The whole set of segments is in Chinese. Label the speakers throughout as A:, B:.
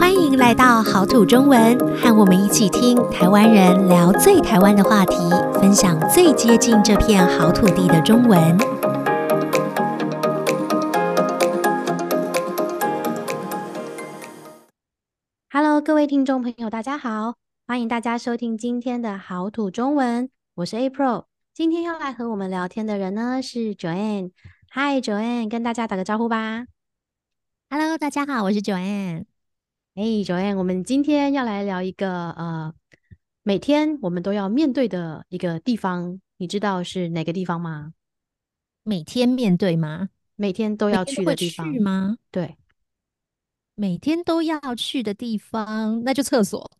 A: 欢迎来到好土中文，和我们一起听台湾人聊最台湾的话题，分享最接近这片好土地的中文。
B: Hello，各位听众朋友，大家好，欢迎大家收听今天的好土中文，我是 April。今天要来和我们聊天的人呢是 Joanne。Hi，Joanne，跟大家打个招呼吧。
A: Hello，大家好，我是 Joanne。
B: 哎，Joanne，我们今天要来聊一个呃，每天我们都要面对的一个地方，你知道是哪个地方吗？
A: 每天面对吗？
B: 每天都
A: 每
B: 要
A: 天都
B: 去
A: 会
B: 的地
A: 去
B: 方。
A: 吗？
B: 对，
A: 每天都要去的地方，那就厕所。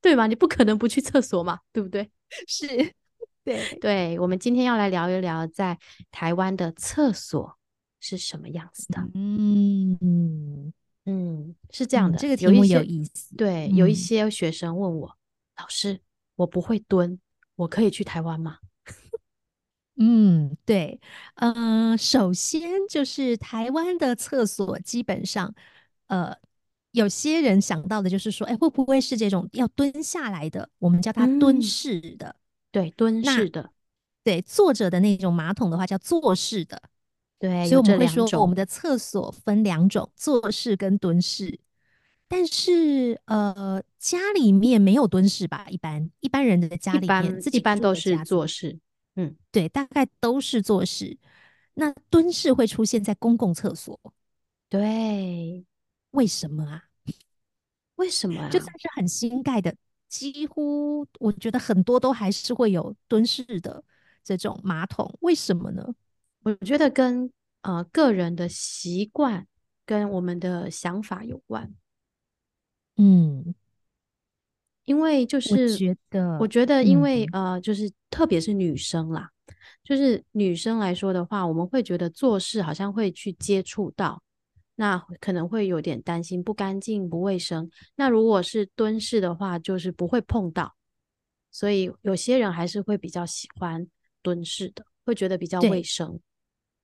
B: 对吧？你不可能不去厕所嘛，对不对？
A: 是，对，
B: 对，我们今天要来聊一聊在台湾的厕所是什么样子的。
A: 嗯
B: 嗯，是这样
A: 嗯，
B: 的，
A: 这个
B: 有
A: 题
B: 一
A: 目有
B: 些，
A: 意思。
B: 对，有一
A: 嗯，
B: 些学生问我，老师，我不会蹲，我可以去台湾吗？
A: 嗯，对，呃，首先就是台湾的厕所，基本上，呃，有些人想到的就是说，哎，会不会是这种要蹲下来的，我们叫它蹲
B: 嗯，
A: 式的。
B: 对，蹲
A: 那
B: 式的，
A: 对坐着的那种马桶的话，叫坐式的。所以
B: 对，哎有
A: 我们
B: 这
A: 会
B: 两
A: 说，我
B: 种。
A: 们的厕所分两种，坐式跟蹲式。但是，呃，家里面没有蹲式吧？一般一般人的
B: 一
A: 家里面，
B: 般
A: 自
B: 一
A: 己
B: 般
A: 住
B: 都
A: 的
B: 是
A: 家族。
B: 坐式，嗯，
A: 对，大概都是坐式。那蹲式会出现在公共厕所，
B: 对，
A: 为什么啊？
B: 为什么
A: 就
B: 啊？
A: 算是很新盖的，几乎我觉得很多都还是会有蹲式的这种马桶，为什么呢？
B: 我觉得跟呃个人的习惯跟我们的想法有关，
A: 嗯，
B: 因为就
A: 我
B: 是
A: 觉
B: 我
A: 得，
B: 觉得，因为
A: 嗯
B: 呃，就是特别是女生啦，就是女生来说的话，我们会觉得做事好像会去接触到，那可能会有点担心不干净、不卫生。那如果是蹲式的话，就是不会碰到，所以有些人还是会比较喜欢蹲式的，会觉得比较卫
A: 对
B: 生。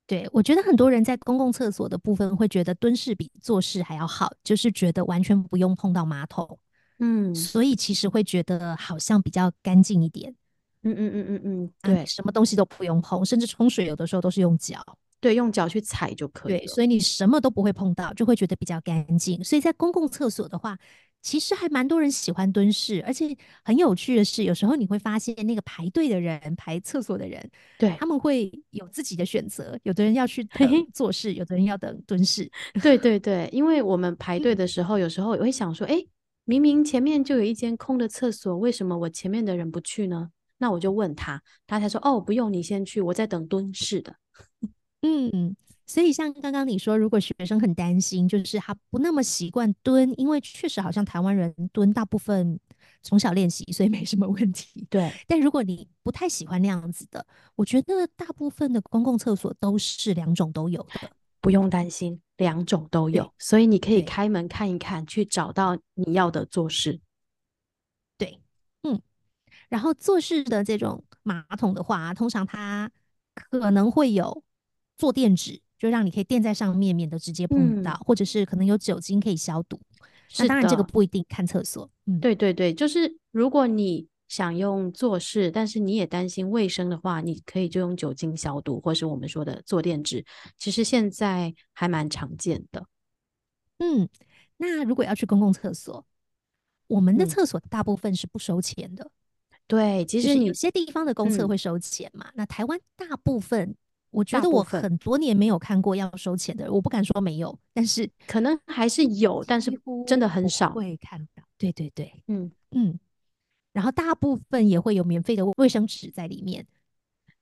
A: 对，我觉得很多人在公共厕所的部分会觉得蹲式比坐式还要好，就是觉得完全不用碰到马桶，
B: 嗯
A: 所以其实会觉得好像比较干净一点
B: 嗯嗯嗯嗯嗯，
A: 啊，你
B: 对
A: 什么东西都不用碰，甚至冲水有的时候都是用脚。
B: 对，用脚去踩就可以
A: 对，
B: 了。
A: 所以你什么都不会碰到，就会觉得比较干净。所以在公共厕所的话，其实还蛮多人喜欢蹲式，而且很有趣的是，有时候你会发现那个排队的人、排厕所的人，
B: 对，
A: 他们会有自己的选择，有的人要去
B: 嘿
A: 等
B: 嘿。
A: 坐式，有的人要等蹲式。
B: 对对对，因为我们排队
A: 嗯，
B: 的时候，有时候也会想说，哎，明明前面就有一间空的厕所，为什么我前面的人不去呢？那我就问他，他才说，哦，不用，你先去，我在等蹲式的。
A: 嗯，所以像刚刚你说，如果学生很担心，就是他不那么习惯蹲，因为确实好像台湾人蹲大部分从小练习，所以没什么问题。
B: 对，
A: 但如果你不太喜欢那样子的，我觉得大部分的公共厕所都是两种都有的。
B: 不用担心，两种都
A: 对
B: 有，所以你可以
A: 对
B: 开门看一看，去找到你要的做事。
A: 对，嗯。然后坐式的这种马桶的话，通常它可能会有坐垫纸，就让你可以垫在上面，免得直接碰到，
B: 嗯，
A: 或者是可能有酒精可以消毒。那
B: 是
A: 当然，这个
B: 的。
A: 不一定看厕所，嗯。
B: 对对对，就是如果你想用做事，但是你也担心卫生的话，你可以就用酒精消毒，或是我们说的坐垫纸。其实现在还蛮常见的。
A: 嗯，那如果要去公共厕所，我们的
B: 嗯，
A: 厕所大部分是不收钱的，
B: 对，其
A: 就
B: 实
A: 是有
B: 你，
A: 些地方的公厕
B: 嗯，
A: 会收钱嘛。那台湾大部分，我觉
B: 大
A: 得
B: 部
A: 我
B: 分
A: 很多年没有看过要收钱的，我不敢说没有，但是
B: 可能还是有，但是
A: 几
B: 真
A: 乎
B: 的很
A: 不
B: 少。
A: 会看到。对对对，
B: 嗯，
A: 嗯，然后大部分也会有免费的卫生纸在里面，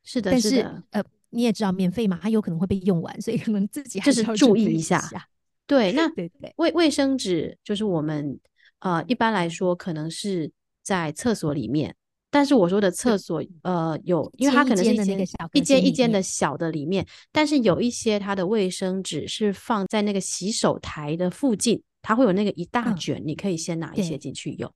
B: 是的，
A: 但
B: 是
A: 是
B: 的，
A: 呃，你也知道免费嘛，它有可能会被用完，所以可能自己
B: 就
A: 还
B: 是
A: 是要
B: 注
A: 准
B: 意
A: 备
B: 一
A: 一
B: 下。
A: 下。
B: 对， 那
A: 对对，
B: 卫卫生纸就是我们呃一般来说可能是在厕所里面，但是我说的厕
A: 对，
B: 所呃有，
A: 一
B: 因为它
A: 间一
B: 可能是
A: 间
B: 一
A: 的那个
B: 间
A: 小
B: 一
A: 隔
B: 间
A: 间
B: 一
A: 里
B: 间的
A: 面。
B: 小的里面，但是有一些它的卫生纸是放在那个洗手台的附近，它会有那个一大
A: 嗯，
B: 卷，你可以先拿一些
A: 对
B: 进去用。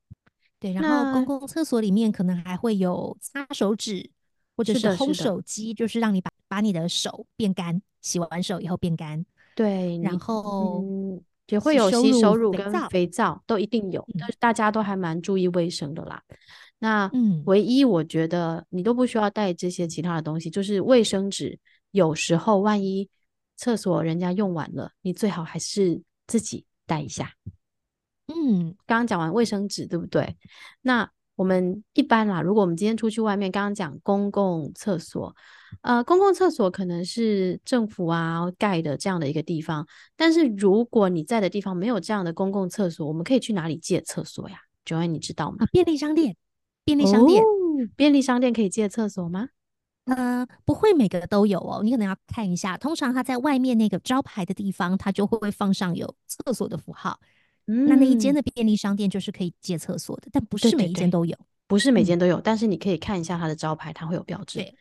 A: 对，然后公
B: 那
A: 共厕所里面可能还会有擦手纸，或者
B: 是
A: 是
B: 的，
A: 烘
B: 是的，
A: 手机，就是让你把把你的手变干，洗完手以后变干。
B: 对
A: 然
B: 你，
A: 后
B: 嗯，也会有洗手乳
A: 肥
B: 跟
A: 皂
B: 肥皂都一定有，
A: 嗯
B: 但是大家都还蛮注意卫生的啦。那
A: 嗯
B: 唯一我觉得你都不需要带这些其他的东西，就是卫生纸。有时候万一厕所人家用完了，你最好还是自己带一下。
A: 嗯
B: 刚刚讲完卫生纸，对不对？那我们一般啦，如果我们今天出去外面，刚刚讲公共厕所，呃，公共厕所可能是政府啊盖的这样的一个地方，但是如果你在的地方没有这样的公共厕所，我们可以去哪里借厕所呀？Joanne，你知道吗
A: 啊，？便利商店，便利商店，
B: 哦便利商店可以借厕所吗？
A: 呃，不会每个都有哦，你可能要看一下。通常它在外面那个招牌的地方，它就会放上有厕所的符号。
B: 嗯，
A: 那那一间的便利商店就是可以借厕所的，但不
B: 对
A: 是
B: 对
A: 每一间
B: 对
A: 都有。
B: 不是每间都有，但是你可以看一下它的招牌，它会有标
A: 嗯
B: 志。
A: 对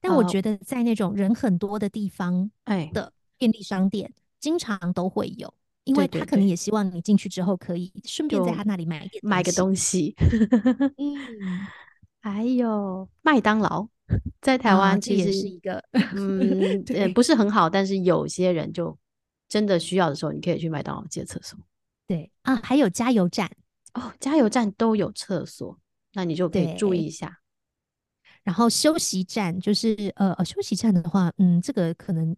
A: 但我
B: 呃
A: 觉得在那种人很多的地方
B: 哎，
A: 的便利商店，经常都会有，因
B: 对
A: 为
B: 对
A: 他可能
B: 对
A: 也希望你进去之后可以顺便在
B: 就
A: 他那里买一点
B: 买个
A: 西。
B: 东西。
A: 嗯，
B: 还有麦当劳，在台
A: 啊，
B: 湾
A: 这
B: 其
A: 也
B: 实，
A: 是一个，
B: 嗯，呃，
A: 对
B: 不是很好，但是有些人就真的需要的时候，你可以去麦当劳借厕所。
A: 对啊，还有加油站。
B: 哦，加油站都有厕所，那你就可以注意
A: 对
B: 一下。
A: 然后休息站就是呃，呃休息站的话，嗯，这个可能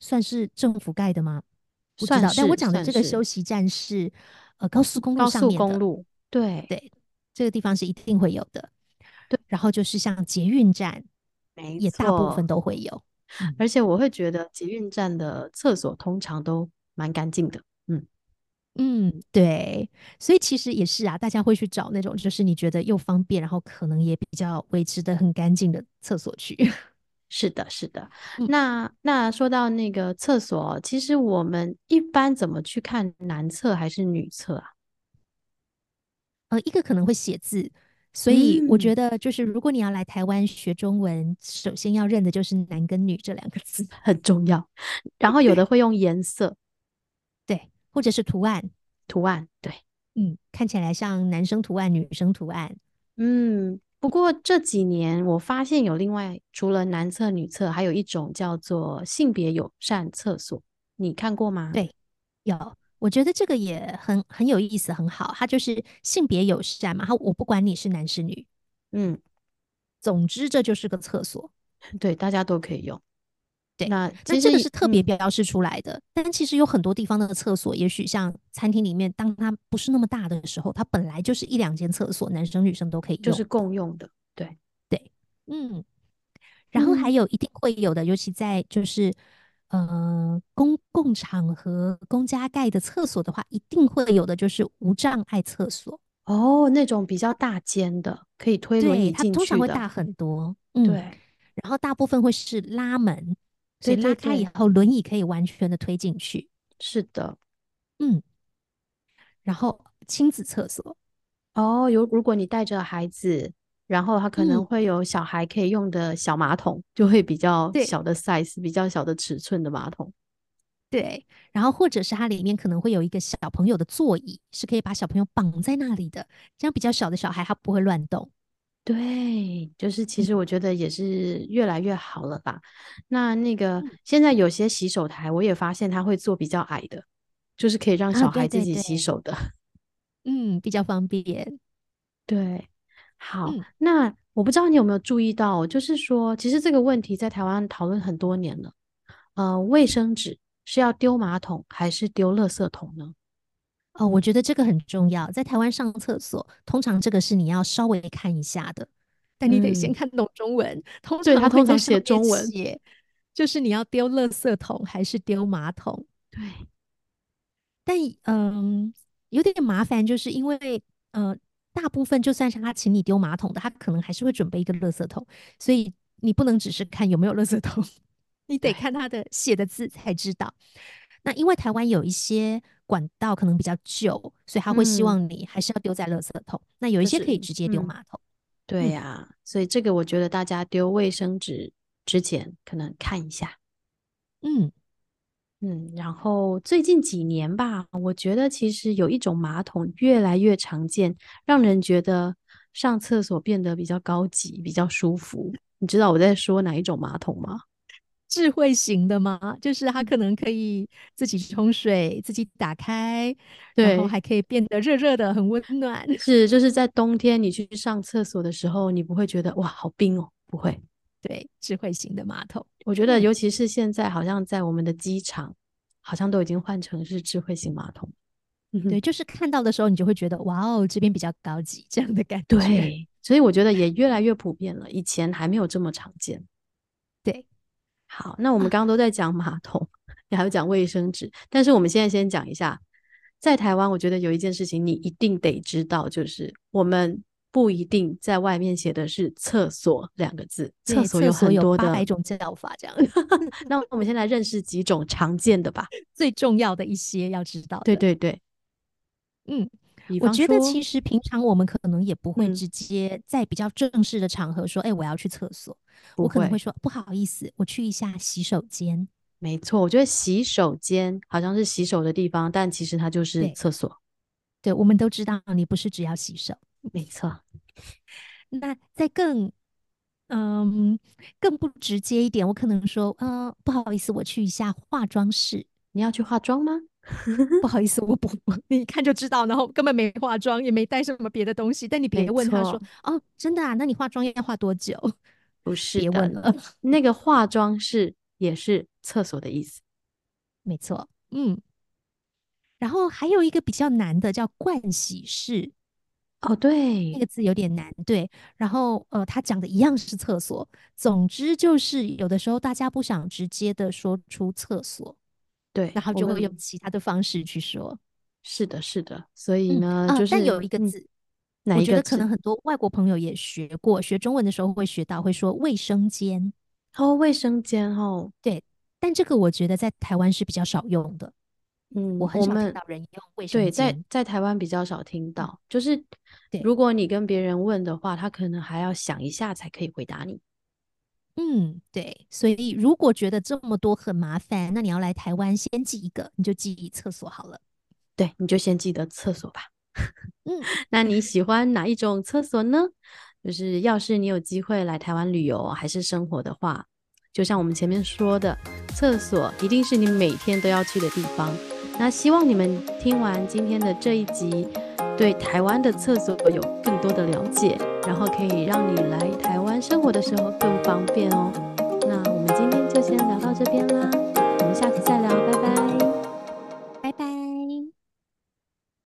A: 算是政府盖的吗？不知
B: 算
A: 道，但我
B: 是
A: 讲的
B: 算
A: 这个
B: 是
A: 休息站是呃高速公路
B: 高
A: 上
B: 速
A: 面
B: 公
A: 的，
B: 路，对，
A: 对，这个地方是一定会有的。
B: 对，
A: 然后就是像捷运站，
B: 没
A: 也大部分
B: 错。
A: 都会有。嗯
B: 而且我会觉得捷运站的厕所通常都蛮干净的。嗯，
A: 嗯，对，所以其实也是啊，大家会去找那种就是你觉得又方便，然后可能也比较维持的很干净的厕所去。
B: 是的，是的。
A: 嗯
B: 那那说到那个厕所，其实我们一般怎么去看男厕还是女厕啊？
A: 呃，一个可能会写字，所以我觉
B: 嗯，
A: 得就是如果你要来台湾学中文，首先要认的就是男跟女这两个字，
B: 很重要。然后有的会用颜色
A: 对，或者是图案，
B: 图案，对，
A: 嗯，看起来像男生图案、女生图案，
B: 嗯。不过这几年我发现有另外除了男厕、女厕，还有一种叫做性别友善厕所，你看过吗？
A: 对，有。我觉得这个也很很有意思，很好，它就是性别友善嘛，它我不管你是男是女，
B: 嗯，
A: 总之这就是个厕所。
B: 对，大家都可以用。
A: 对，
B: 那
A: 那
B: 其
A: 这
B: 实
A: 个
B: 也，
A: 是特别
B: 嗯，
A: 标示出来的，但其实有很多地方的厕所，也许像餐厅里面，当它不是那么大的时候，它本来就是一两间厕所，男生女生都可以
B: 嗯就
A: 用
B: 是
A: 的。
B: 共用的，对，
A: 嗯，然后还
B: 嗯，
A: 有一定会有的，尤其在就是呃公共场合、公家盖的厕所的话，一定会有的就是无障碍厕所。
B: 哦，那种比较大间的，可以推轮
A: 对，
B: 椅
A: 它
B: 进
A: 通常
B: 去
A: 会
B: 的，
A: 大很多，嗯，
B: 对，
A: 然后大部分会是拉门，所
B: 对
A: 以拉
B: 对
A: 开以
B: 对，
A: 后，轮椅可以完全的推进去。
B: 是的。
A: 嗯。然后亲子厕所，
B: 哦，有，如果你带着孩子，然后他可能
A: 嗯，
B: 会有小孩可以用的小马桶，就会比较
A: 对
B: 小的 size，比较小的尺寸的马桶。
A: 对，然后或者是它里面可能会有一个小朋友的座椅，是可以把小朋友绑在那里的，这样比较小的小孩他不会乱动。
B: 对，就是其
A: 嗯
B: 实我觉得也是越来越好了吧。那那个
A: 嗯
B: 现在有些洗手台，我也发现它会做比较矮的，就是可以让
A: 啊，
B: 小
A: 对
B: 孩自
A: 对
B: 己洗
A: 对，
B: 手的。
A: 嗯，比较方便。
B: 对，好，
A: 嗯
B: 那我不知道你有没有注意到，就是说，其实这个问题在台湾讨论很多年了。呃，卫生纸是要丢马桶还是丢垃圾桶呢？
A: 哦，我觉得这个很重要，在台湾上厕所，通常这个是你要稍微看一下的，但你得先
B: 嗯，
A: 看懂中文，通
B: 对，
A: 常
B: 他
A: 会
B: 通
A: 在上
B: 常写
A: 面
B: 中文，
A: 写，就是你要丢垃圾桶还是丢马桶。
B: 对，
A: 但嗯，有点麻烦，就是因为呃，大部分就算是他请你丢马桶的，他可能还是会准备一个垃圾桶，所以你不能只是看有没有垃圾桶，你得
B: 对，
A: 看他的写的字才知道。那因为台湾有一些管道可能比较旧，所以他会希
B: 嗯，
A: 望你还是要丢在垃圾桶。那有一
B: 就
A: 些
B: 是，
A: 可以直接丢
B: 嗯，
A: 马桶，
B: 对
A: 嗯，
B: 呀，所以这个我觉得大家丢卫生纸之前可能看一下。
A: 嗯
B: 嗯，然后最近几年吧，我觉得其实有一种马桶越来越常见，让人觉得上厕所变得比较高级、比较舒服。你知道我在说哪一种马桶吗？
A: 智慧型的吗？就是它可能可以自己冲水，自己打开，然后
B: 对，
A: 还可以变得热热的，很温暖。
B: 是就是在冬天你去上厕所的时候，你不会觉得哇好冰哦，不会。
A: 对，智慧型的马桶。
B: 我觉得，
A: 嗯，
B: 尤其是现在，好像在我们的机场，好像都已经换成是智慧型马桶。嗯
A: 对，
B: 哼，
A: 就是看到的时候，你就会觉得哇哦，这边比较高级这样的感觉。
B: 对，所以我觉得也越来越普遍了，以前还没有这么常见。
A: 对
B: 好，那我们
A: 啊，
B: 刚刚都在讲马桶， 也还有讲卫生纸，但是我们现在先讲一下，在台湾，我觉得有一件事情你一定得知道，就是我们不一定在外面写的是“厕所”两个字，厕
A: 对，
B: 所
A: 厕
B: 有
A: 所
B: 很
A: 有
B: 多
A: 八
B: 的。
A: 百种叫法，这样
B: 那我们先来认识几种常见的吧。
A: 最重要的一些要知道
B: 对
A: 的。
B: 对对，
A: 嗯，
B: 比
A: 我
B: 方
A: 觉得
B: 说，
A: 其实平常我们可能也不会
B: 嗯，
A: 直接在比较正式的场合说，哎，我要去厕所。
B: 不
A: 我可能会
B: 会。
A: 说不好意思，我去一下洗手间。
B: 没错，我觉得洗手间好像是洗手的地方，但其实它就是
A: 对
B: 厕所。
A: 对，我们都知道你不是只要洗手。
B: 没错，
A: 那再更，嗯，更不直接一点，我可能说，嗯，不好意思，我去一下化妆室。
B: 你要去化妆吗？
A: 不好意思，我不， 你一看就知道，然后根本没化妆，也没带什么别的东西。但你
B: 没
A: 别问他说，
B: 错，
A: 哦，真的啊？那你化妆要化多久？
B: 不是
A: 别问
B: 的，
A: 了，
B: 那个化妆室也是厕所的意思。
A: 没错，嗯。然后还有一个比较难的叫盥洗室，
B: 哦，
A: 那
B: 对，
A: 个字有点难，对。然后呃，他讲的一样是厕所，总之就是有的时候大家不想直接的说出厕所，然
B: 对，
A: 后
B: 我
A: 就会用
B: 们
A: 其他的方式去说。
B: 是的，是的，所以
A: 嗯
B: 呢，
A: 啊，
B: 就
A: 但
B: 是
A: 有一个
B: 嗯，
A: 字，
B: 哪
A: 我
B: 一
A: 觉
B: 个
A: 得可
B: 字？
A: 能很多外国朋友也学过，学中文的时候会学到，会说卫生间。
B: 哦，卫生间哦，
A: 对，但这个我觉得在台湾是比较少用的，
B: 嗯，
A: 我很
B: 我
A: 少听
B: 们
A: 到人用卫生
B: 对在
A: 间。
B: 在台湾比较少听
A: 嗯，
B: 到，就是
A: 对，
B: 如果你跟别人问的话，他可能还要想一下才可以回答你。
A: 嗯，对。所以如果觉得这么多很麻烦，那你要来台湾先记一个，你就记厕所好了。
B: 对，你就先记得厕所吧。
A: 嗯，
B: 那你喜欢哪一种厕所呢？就是要是你有机会来台湾旅游还是生活的话，就像我们前面说的，厕所一定是你每天都要去的地方。那希望你们听完今天的这一集，对台湾的厕所有更多的了解，然后可以让你来台湾生活的时候更方便哦。那我们今天就先聊到这边啦，